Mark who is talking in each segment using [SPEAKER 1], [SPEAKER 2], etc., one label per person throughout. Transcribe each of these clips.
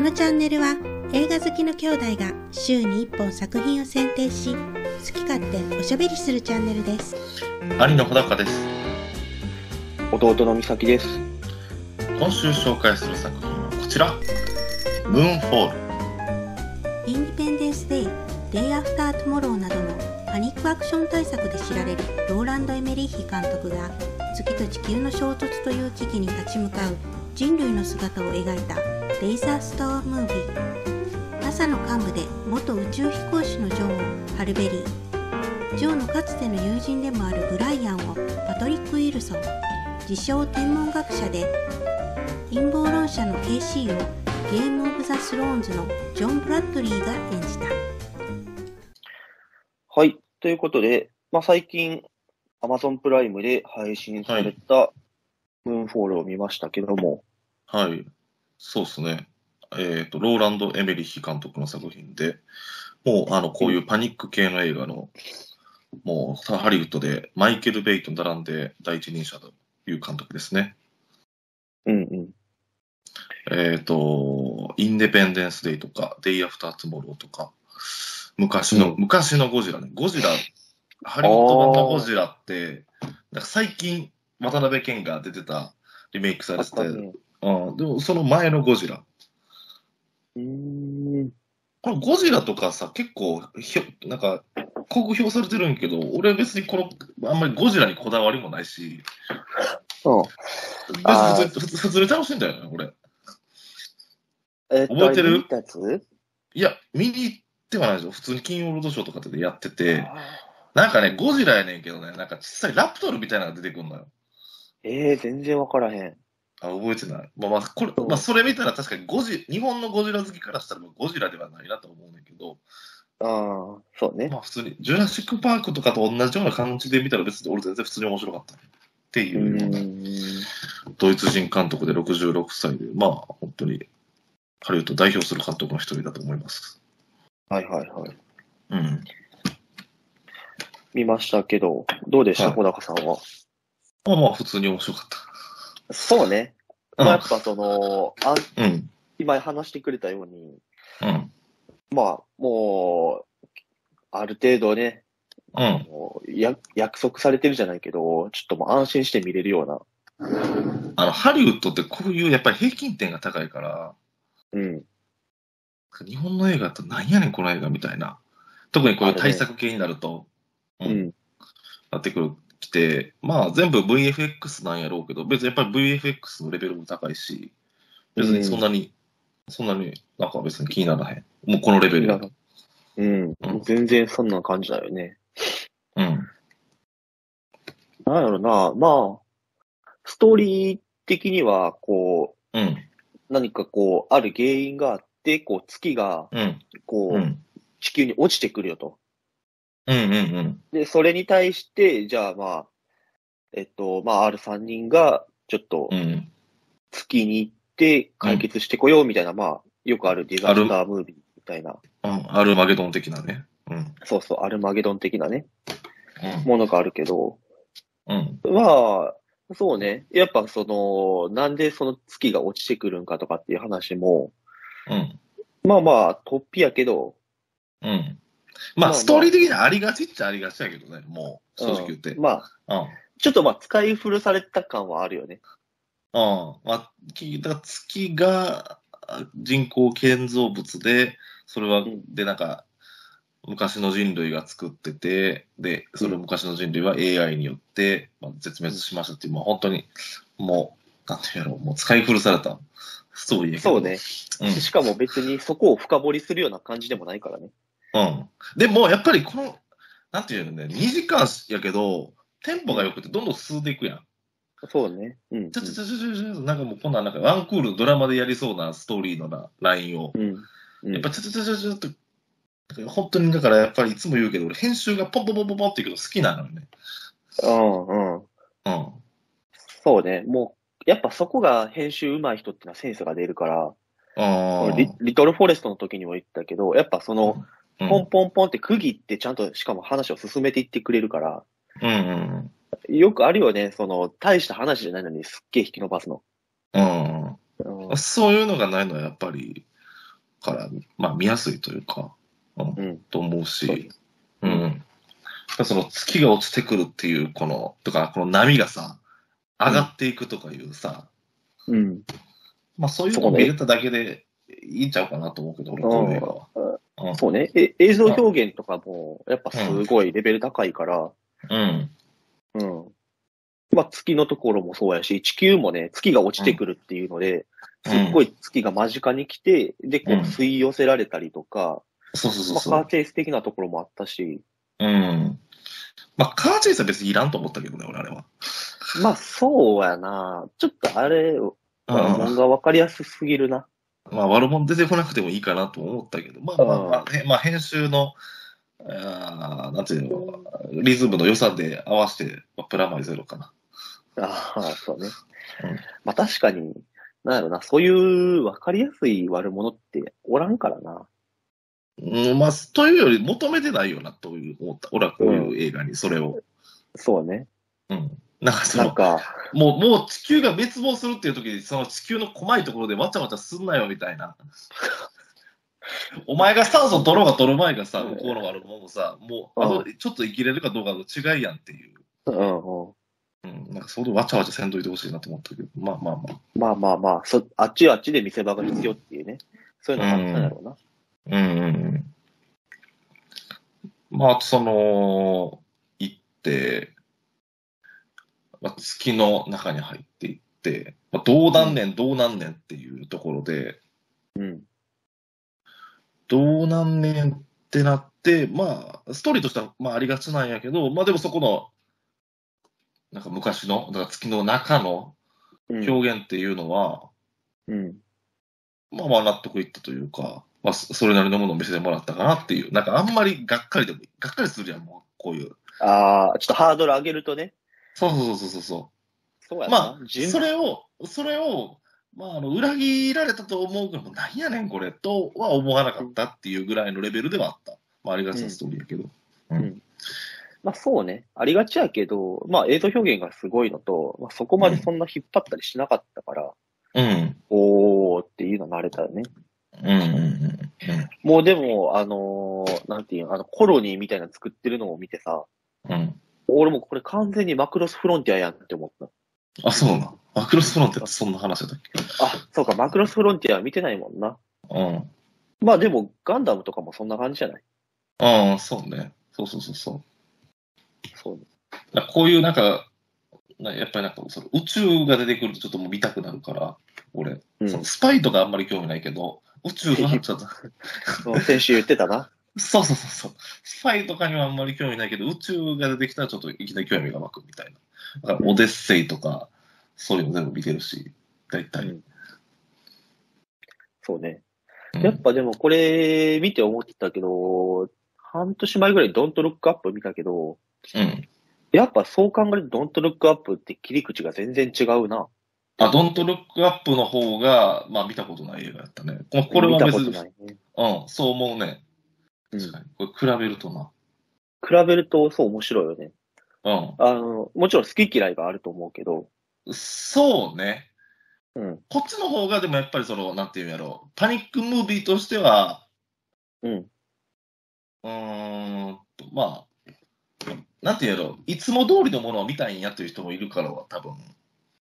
[SPEAKER 1] のチャンネルは映画好きの兄弟が週に1本作品を選定し、好き勝手おしゃべりするチャンネルです。
[SPEAKER 2] 兄の穂高です
[SPEAKER 3] 弟の美咲です。
[SPEAKER 2] 今週紹介する作品はこちらムーンフォール
[SPEAKER 1] インディペンデンス・デイ、デイ・アフター・トゥモローなどのパニックアクション大作で知られるローランド・エメリッヒ監督が月と地球の衝突という危機に立ち向かう人類の姿を描いたレイザーストアムービー NASA の幹部で元宇宙飛行士のジョン・ハルベリージョーのかつての友人でもあるブライアンをパトリック・ウィルソン自称天文学者で陰謀論者の KC をゲーム・オブ・ザ・スローンズのジョン・ブラッドリーが演じた
[SPEAKER 3] はい。ということで、まあ、最近、Amazon プライムで配信された、ムーンフォールを見ましたけども、
[SPEAKER 2] はいそうですねえっ、とローランド・エメリッヒ監督の作品でもうあのこういうパニック系の映画のもうハリウッドでマイケル・ベイと並んで第一人者という監督ですね
[SPEAKER 3] うんうん。
[SPEAKER 2] えっ、と、インデペンデンス・デイとか、デイ・アフター・ツモローとか、昔の、
[SPEAKER 3] うん
[SPEAKER 2] 昔のゴジラね。ゴジラ、ハリウッド版のゴジラって、なんか最近、渡辺謙が出てた、リメイクされてて、
[SPEAKER 3] あった
[SPEAKER 2] うん、
[SPEAKER 3] ね
[SPEAKER 2] でもその前のゴジラ。
[SPEAKER 3] うーん。
[SPEAKER 2] これゴジラとかさ、結構ひょ、なんか、酷評されてるんやけど、俺別にこの、あんまりゴジラにこだわりもないし、
[SPEAKER 3] うん
[SPEAKER 2] 別に
[SPEAKER 3] あー
[SPEAKER 2] 普通に普通に楽しいんだよね、俺。
[SPEAKER 3] えっと、
[SPEAKER 2] 覚えてる
[SPEAKER 3] あれ見たやつ
[SPEAKER 2] いや、見に行ってはないでしょ。普通に金曜ロードショーとかでやってて、なんかね、ゴジラやねんけどね、なんか小さいラプトルみたいなのが出てくるのよ。
[SPEAKER 3] えー、全然わからへん。
[SPEAKER 2] あ、覚えてない。まあまあ、これ、まあそれ見たら確かにゴジ、日本のゴジラ好きからしたらゴジラではないなと思うんだけど、
[SPEAKER 3] ああ、そうね。
[SPEAKER 2] まあ普通に、ジュラシックパークとかと同じような感じで見たら別に俺全然普通に面白かった、ね。って
[SPEAKER 3] う
[SPEAKER 2] いうような、
[SPEAKER 3] ーん。
[SPEAKER 2] ドイツ人監督で66歳で、まあ本当に、ハリウッドを代表する監督の一人だと思います。
[SPEAKER 3] はいはいはい。
[SPEAKER 2] うん。
[SPEAKER 3] 見ましたけど、どうでした、
[SPEAKER 2] はい
[SPEAKER 3] 小高さんは。
[SPEAKER 2] まあまあ普通に面白かっ
[SPEAKER 3] そうね。
[SPEAKER 2] た。
[SPEAKER 3] まあ、やっぱその、あ
[SPEAKER 2] うん。
[SPEAKER 3] 今話してくれたように、
[SPEAKER 2] うん。
[SPEAKER 3] まあ、もう、ある程度ね、
[SPEAKER 2] うん。
[SPEAKER 3] もうや約束されてるじゃないけど、ちょっともう安心して見れるような。
[SPEAKER 2] あの、ハリウッドってこういうやっぱり平均点が高いから、
[SPEAKER 3] うん。
[SPEAKER 2] 日本の映画ってなんやねん、この映画みたいな。特にこういう
[SPEAKER 3] あるね
[SPEAKER 2] 対策系になると、う
[SPEAKER 3] うんん。
[SPEAKER 2] なってくる、きて、まあ全部 VFX なんやろうけど、別にやっぱり VFX のレベルも高いし、別にそんなに、そんなになんか別に気にならへん。もうこのレベルやと。
[SPEAKER 3] うん。全然そんな感じだよね。
[SPEAKER 2] うん。
[SPEAKER 3] なんやろな、まあ、ストーリー的には、こ
[SPEAKER 2] うん。
[SPEAKER 3] う、何かこう、ある原因があって、こう、月が、
[SPEAKER 2] うん。
[SPEAKER 3] こ
[SPEAKER 2] う
[SPEAKER 3] う、
[SPEAKER 2] ん。
[SPEAKER 3] 地球に落ちてくるよと。
[SPEAKER 2] うん。うん。
[SPEAKER 3] で、それに対して、じゃあまあ、えっと、まあ、ある3人が、ちょっと
[SPEAKER 2] う、ん。
[SPEAKER 3] 月に行って解決してこようみたいな、まあ、よくあるディザスタームービーみたいな、
[SPEAKER 2] うん。アルマゲドン的なね。うん。
[SPEAKER 3] そうそう、アルマゲドン的なね、ものがあるけど、
[SPEAKER 2] うん。うん。
[SPEAKER 3] まあ、そうね。やっぱその、なんでその月が落ちてくるんかとかっていう話も、
[SPEAKER 2] うん。
[SPEAKER 3] まあまあ、突飛やけど、
[SPEAKER 2] うん。
[SPEAKER 3] まあ
[SPEAKER 2] ま
[SPEAKER 3] ま
[SPEAKER 2] あ、
[SPEAKER 3] あ
[SPEAKER 2] ストーリー的にはありがちっちゃありがちだけどね、もう、正直言って。
[SPEAKER 3] う
[SPEAKER 2] うんん。
[SPEAKER 3] まあ、
[SPEAKER 2] あ
[SPEAKER 3] ちょっとまあ、使い古された感はあるよね。
[SPEAKER 2] あ、まあ、きだから月があ人工建造物で、それは
[SPEAKER 3] うん、
[SPEAKER 2] で、なんか、昔の人類が作ってて、で、それを昔の人類は AI によって、まあ、絶滅しましたっていう、まあ、本当に、もう、なんていうんやろう、もう使い古されたストーリーやけど
[SPEAKER 3] そうね。。
[SPEAKER 2] うん
[SPEAKER 3] しかも別にそこを深掘りするような感じでもないからね。
[SPEAKER 2] うん。でも、やっぱりこの、なんていうのね、2時間やけど、テンポが良くて、どんどん進んでいくやん。
[SPEAKER 3] そうね。うん。
[SPEAKER 2] ちょちょちょちょちょなんかもうこんなんなんかワンクールのドラマでやりそうなストーリーのなラインを、
[SPEAKER 3] うん。うん
[SPEAKER 2] やっぱちょちょちょちょちょって、なんか本当にだからやっぱりいつも言うけど、俺編集がポンポンポンポンポンって言うけど好きなのよね。
[SPEAKER 3] うんうん。
[SPEAKER 2] うん。
[SPEAKER 3] そうね。もう、やっぱそこが編集上手い人ってのはセンスが出るから、
[SPEAKER 2] あ
[SPEAKER 3] リリトルフォレストの時にも言ったけど、やっぱその、
[SPEAKER 2] うん
[SPEAKER 3] ポンポンポンって区切ってちゃんとしかも話を進めていってくれるから、
[SPEAKER 2] うんうん
[SPEAKER 3] よくあるよね、その、大した話じゃないのにすっげえ引き伸ばすの。
[SPEAKER 2] うん。
[SPEAKER 3] うん
[SPEAKER 2] うん。そういうのがないのはやっぱり、から、まあ見やすいというか、うん、
[SPEAKER 3] うん
[SPEAKER 2] と思うし、
[SPEAKER 3] そうで
[SPEAKER 2] うん。その月が落ちてくるっていう、この、とか、この波がさ、上がっていくとかいうさ、
[SPEAKER 3] うん。
[SPEAKER 2] まあそういうのを見れただけでいいんちゃうかなと思うけど、俺、この映画は。うん
[SPEAKER 3] そうね。え、映像表現とかも、やっぱすごいレベル高いから、
[SPEAKER 2] うん。
[SPEAKER 3] うん。まあ、月のところもそうやし、地球もね、月が落ちてくるっていうので、すっご
[SPEAKER 2] い。
[SPEAKER 3] い月が間近に来て、で、こ
[SPEAKER 2] う
[SPEAKER 3] う
[SPEAKER 2] ん
[SPEAKER 3] 吸い寄せられたりとか、
[SPEAKER 2] そうそうそう
[SPEAKER 3] まあ、
[SPEAKER 2] そ
[SPEAKER 3] カー
[SPEAKER 2] う。
[SPEAKER 3] チェイス的なところもあったし、
[SPEAKER 2] うん。まあ、カーチェイスは別にいらんと思ったけどね、俺、あれは。
[SPEAKER 3] まあ、そうやな。ちょっとあれ、漫
[SPEAKER 2] うん
[SPEAKER 3] 画わかりやすすぎるな。
[SPEAKER 2] まあ、悪者出てこなくてもいいかなと思ったけど、まあまあまあ、へまあ、編集の、あーなんていうの、リズムの良さで合わせて、まあプラマイゼロかな。
[SPEAKER 3] ああ、そうね
[SPEAKER 2] うん。
[SPEAKER 3] まあ、確かに、なんやろな、そういうわかりやすい悪者っておらんからな。
[SPEAKER 2] うん、まあ、というより求めてないよな、という思った。俺はこういう映画に、それを。
[SPEAKER 3] そうね。
[SPEAKER 2] うん。なんかそ
[SPEAKER 3] なん
[SPEAKER 2] の、
[SPEAKER 3] か、
[SPEAKER 2] もう、もう地球が滅亡するっていう時に、その地球の細いところでわちゃわちゃすんなよ、みたいな。 お前が酸素取ろうが取る前がさ、
[SPEAKER 3] うん
[SPEAKER 2] 向こうの悪者もさ、もう、あと、ちょっと生きれるかどうかの違いやんっていう。
[SPEAKER 3] うんうん。
[SPEAKER 2] うん、なんかそれわちゃわちゃせんといてほしいなと思ったけど、まあまあまあ。
[SPEAKER 3] まあまあまあ、そあっちはあっちで見せ場が必要っていうね、そういうのがあったんだろうな。
[SPEAKER 2] うんうんうん。まあ、その、行って、まあ、月の中に入っていって、まあ、どうなんねん、どうなんねんっていうところで、
[SPEAKER 3] うん。
[SPEAKER 2] どうなんねんってなって、まあ、ストーリーとしては、まあ、ありがちなんやけど、まあ、でもそこの、なんか昔の、だから月の中の
[SPEAKER 3] うん。
[SPEAKER 2] 表現っていうのは、
[SPEAKER 3] うん。
[SPEAKER 2] まあまあ納得いったというか、まあ、そそれなりのものを見せてもらったかなっていう、なんかあんまりがっかりでも、がっかりするじゃん、もう、こういう。
[SPEAKER 3] ああ、ちょっとハードル上げるとね、
[SPEAKER 2] そうそうそうそうそ
[SPEAKER 3] そうや
[SPEAKER 2] う。
[SPEAKER 3] な。
[SPEAKER 2] まあ、
[SPEAKER 3] 順
[SPEAKER 2] それを、それを、まあ、あの裏切られたと思うけど、なんやねん、これ、とは思わなかったっていうぐらいのレベルではあった。まあ、ありがちなストーリーやけど。
[SPEAKER 3] まあそうね、ありがちやけど、まあ映像表現がすごいのと、まあ、そこまでそんな引っ張ったりしなかったから、
[SPEAKER 2] うん。
[SPEAKER 3] おーっていうの慣れたよね。
[SPEAKER 2] うん。うん。うん
[SPEAKER 3] もうでも、あのーなんていうの、あの、コロニーみたいなの作ってるのを見てさ、
[SPEAKER 2] うん。うん。
[SPEAKER 3] 俺もこれ完全にマクロスフロンティアやんって思った。
[SPEAKER 2] あ、そうな。マクロスフロンテってそんな話だったっけ
[SPEAKER 3] あ、そうか、マクロスフロンティアは見てないもんな。
[SPEAKER 2] うん。
[SPEAKER 3] まあでも、ガンダムとかもそんな感じじゃない
[SPEAKER 2] ああ、そうね。そうそうそうそう。
[SPEAKER 3] そうね。
[SPEAKER 2] なんかこういうなんか、なやっぱりなんかその宇宙が出てくるとちょっともう見たくなるから、俺、
[SPEAKER 3] うん
[SPEAKER 2] そのスパイとかあんまり興味ないけど、宇宙がちょっ と、
[SPEAKER 3] うん先週言ってたな。
[SPEAKER 2] そうそうそうそう、スパイとかにはあんまり興味ないけど、宇宙が出てきたらちょっといきなり興味が湧くみたいな。だからオデッセイとか、そういうの全部見てるし、大体。
[SPEAKER 3] うんそうね。
[SPEAKER 2] うん
[SPEAKER 3] やっぱでもこれ見て思ってたけど、半年前ぐらいにドントロックアップ見たけど、
[SPEAKER 2] うん。
[SPEAKER 3] やっぱそう考えるとドントロックアップって切り口が全然違うな。
[SPEAKER 2] あ、ドントルックアップの方が、まあ見たことない映画やったね。ここれは
[SPEAKER 3] 見た
[SPEAKER 2] 別
[SPEAKER 3] こ
[SPEAKER 2] に、
[SPEAKER 3] と
[SPEAKER 2] う、
[SPEAKER 3] なんいね。
[SPEAKER 2] そう思うね。
[SPEAKER 3] うん
[SPEAKER 2] 確かに。これ比べるとな。
[SPEAKER 3] 比べるとそう面白いよね。
[SPEAKER 2] うん。
[SPEAKER 3] あの、もちろん好き嫌いがあると思うけど、
[SPEAKER 2] そうね。
[SPEAKER 3] うん。
[SPEAKER 2] こっちの方がでもやっぱりその、なんていうんやろう、パニックムービーとしては、
[SPEAKER 3] うん。
[SPEAKER 2] うーんと、まあ、なんていうんやろう、いつも通りのものを見たいんやという人もいるからは、多分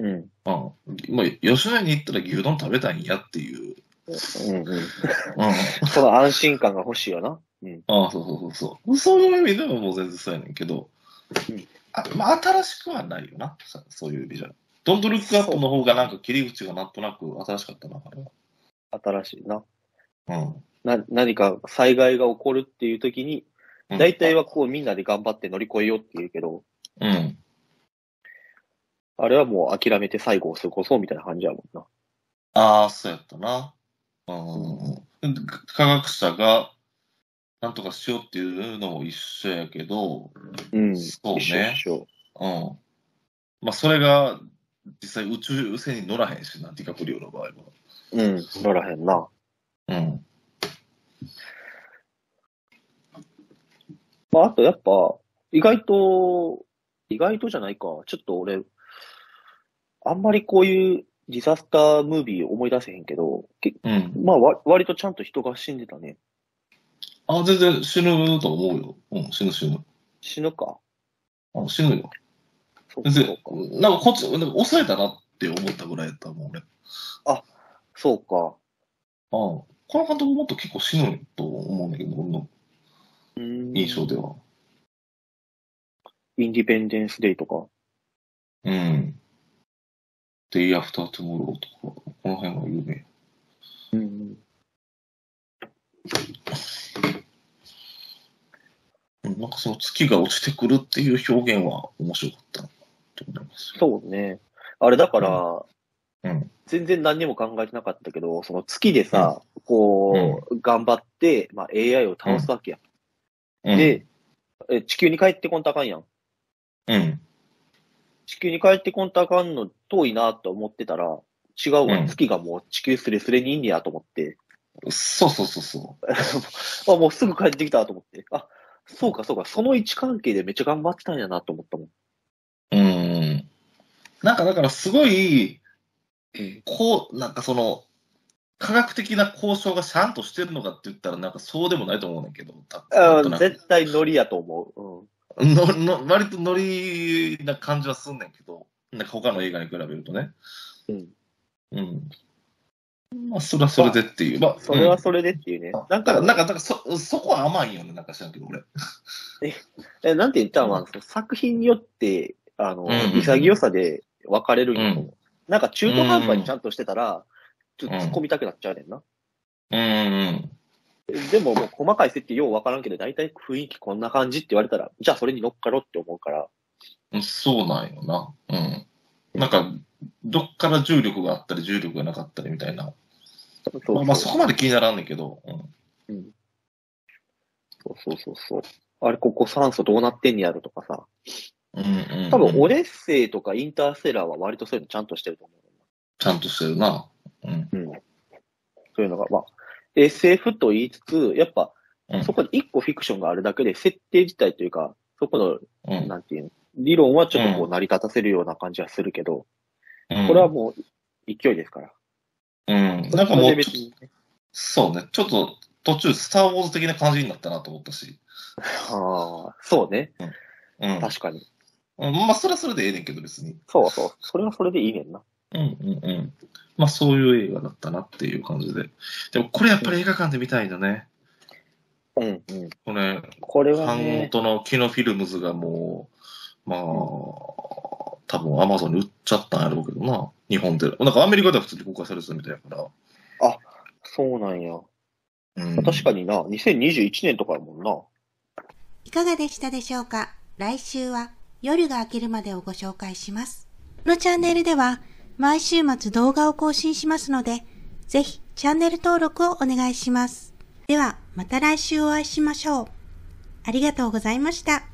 [SPEAKER 3] うん。うん。
[SPEAKER 2] うん。もう、吉野家に行ったら牛丼食べたいんやっていう。
[SPEAKER 3] うん。
[SPEAKER 2] うん。あ
[SPEAKER 3] その安心感が欲しいよな。うん。
[SPEAKER 2] あ、そうそうそうそう。そういう意味ではもう全然そうやねんけど
[SPEAKER 3] うん、
[SPEAKER 2] あまあ、新しくはないよな、そそういう意味じゃ。ドントルックアップの方がなんか切り口がなんとなく新しかったな、あれ
[SPEAKER 3] 新しいな。
[SPEAKER 2] は。
[SPEAKER 3] な、何か災害が起こるっていう時に、
[SPEAKER 2] うん。
[SPEAKER 3] 大体はこうみんなで頑張って乗り越えようって言うけど、
[SPEAKER 2] うん。
[SPEAKER 3] あれはもう諦めて最後を過ごそうみたいな感じやもんな。
[SPEAKER 2] ああ、そうやったな。うん。で科学者が、なんとかしようっていうのも一緒やけど、
[SPEAKER 3] うん。
[SPEAKER 2] そうね
[SPEAKER 3] 一緒一緒。
[SPEAKER 2] うん。まあ、それが、実際宇宙船に乗らへんしな、ディカプリオの場合は。
[SPEAKER 3] うん。乗らへんな。
[SPEAKER 2] うん。
[SPEAKER 3] まあ、あとやっぱ、意外と、意外とじゃないか。ちょっと俺、あんまりこういうディザスタームービー思い出せへんけど、け
[SPEAKER 2] うん。
[SPEAKER 3] まあ、わ割とちゃんと人が死んでたね。
[SPEAKER 2] あ、全然死ぬと思うよ。うん、死ぬ死ぬ。
[SPEAKER 3] 死ぬか。
[SPEAKER 2] あ死ぬよ。
[SPEAKER 3] そうか
[SPEAKER 2] 全
[SPEAKER 3] そう
[SPEAKER 2] 然
[SPEAKER 3] か。、
[SPEAKER 2] なんかこっち、なんか抑えたなって思ったぐらいやったもん、俺。あ
[SPEAKER 3] そうか。
[SPEAKER 2] この監督もっと結構死ぬと思うんだけど、俺の
[SPEAKER 3] うーん
[SPEAKER 2] 印象では。
[SPEAKER 3] インディペンデンスデイとか。
[SPEAKER 2] うん。Day After Tomorrow とか、この辺は有名。
[SPEAKER 3] うん。
[SPEAKER 2] うんなんかその月が落ちてくるっていう表現は面白かったなと思いますよ。
[SPEAKER 3] そうね。あれだから、
[SPEAKER 2] うん
[SPEAKER 3] 全然何にも考えてなかったけど、その月でさ、こう、頑張って、まあ、AI を倒すわけや。
[SPEAKER 2] うん、
[SPEAKER 3] で、え地球に帰ってこんとあかんやん。
[SPEAKER 2] うん。
[SPEAKER 3] 地球に帰ってこんとあかんの遠いなと思ってたら、違うわ、
[SPEAKER 2] うん
[SPEAKER 3] 月がもう地球すれすれにいんねやと思って、
[SPEAKER 2] そうそうそうそう。
[SPEAKER 3] あ、もうすぐ帰ってきたと思って、あ、そうかそうか、その位置関係でめっちゃ頑張ってたんやなと思ったもん。
[SPEAKER 2] うん。なんかだからすごい
[SPEAKER 3] うん、
[SPEAKER 2] こう、なんかその、科学的な交渉がちゃんとしてるのかって言ったら、なんかそうでもないと思うんだけど、たな
[SPEAKER 3] あ
[SPEAKER 2] んとなく
[SPEAKER 3] 絶対ノリやと思う。うん。
[SPEAKER 2] のの割とノリな感じはすんねんけど、なんか他の映画に比べるとね。
[SPEAKER 3] うん。
[SPEAKER 2] うん。まあ、それはそれでっていう。まあ、
[SPEAKER 3] それ
[SPEAKER 2] う
[SPEAKER 3] は
[SPEAKER 2] ん
[SPEAKER 3] それでっていうね。
[SPEAKER 2] あ
[SPEAKER 3] な
[SPEAKER 2] なんん
[SPEAKER 3] か
[SPEAKER 2] か、、なんか、なんかそ、そこは甘いよね、なんか知らんけど、俺。
[SPEAKER 3] えなんて言ったら、まあ
[SPEAKER 2] う
[SPEAKER 3] その作品によって、あの、
[SPEAKER 2] うんうんうん
[SPEAKER 3] 潔さで分かれるんやと思う。なんか中途半端にちゃんとしてたら、ちょっと突っ込みたくなっちゃうねんな。
[SPEAKER 2] うん、
[SPEAKER 3] でももう細かい設定よう分からんけど、大体雰囲気こんな感じって言われたら、じゃあそれに乗っかろうって思うから。
[SPEAKER 2] うん。そうなんよな。うん。なんか、どっから重力があったり、重力がなかったりみたいな。
[SPEAKER 3] そうそう
[SPEAKER 2] まあ、まあ、そこまで気にならんねんけど。うん。
[SPEAKER 3] そうそうそうそう。あれ、ここ酸素どうなってんねやろとかさ。
[SPEAKER 2] うんうんうん
[SPEAKER 3] 多分、オデッセイとかインターステラーは割とそういうのちゃんとしてると思
[SPEAKER 2] ちゃんとしてるな。うん。
[SPEAKER 3] う。うん。そういうのが、まあ、SF と言いつつ、やっぱ
[SPEAKER 2] う、ん
[SPEAKER 3] そこに一個フィクションがあるだけで、設定自体というか、そこの、
[SPEAKER 2] うん。
[SPEAKER 3] なんていうの、理論はちょっとこ
[SPEAKER 2] う
[SPEAKER 3] う成り立たせるような感じはするけど、
[SPEAKER 2] うん
[SPEAKER 3] これは、もう、勢いですから。
[SPEAKER 2] うん。なんかも
[SPEAKER 3] それで
[SPEAKER 2] う、
[SPEAKER 3] 別にね。
[SPEAKER 2] そうね。ちょっと、途中、スター・ウォーズ的な感じになったなと思ったし。
[SPEAKER 3] ああ、そうね。
[SPEAKER 2] うん。
[SPEAKER 3] 確かに。
[SPEAKER 2] うんまあ、それはそれでええねんけど、別に。
[SPEAKER 3] そうそう。それはそれでいいねんな。
[SPEAKER 2] うんうんうん。まあ、そういう映画だったなっていう感じで。でも、これやっぱり映画館で見たいんだね。
[SPEAKER 3] うんうん。
[SPEAKER 2] これ、
[SPEAKER 3] これは
[SPEAKER 2] 版
[SPEAKER 3] ね、
[SPEAKER 2] 元のキノフィルムズがもう、まあ、多分アマゾンに売っちゃったんやろうけどな。日本で。なんかアメリカでは普通に公開されてたみたいやか
[SPEAKER 3] そうなんや。
[SPEAKER 2] ら。うん、
[SPEAKER 3] 確かにな、2021年とかやもんな。
[SPEAKER 1] いかがでしたでしょうか来週は夜が明けるまでをご紹介します。このチャンネルでは毎週末動画を更新しますので、ぜひチャンネル登録をお願いします。ではまた来週お会いしましょう。ありがとうございました。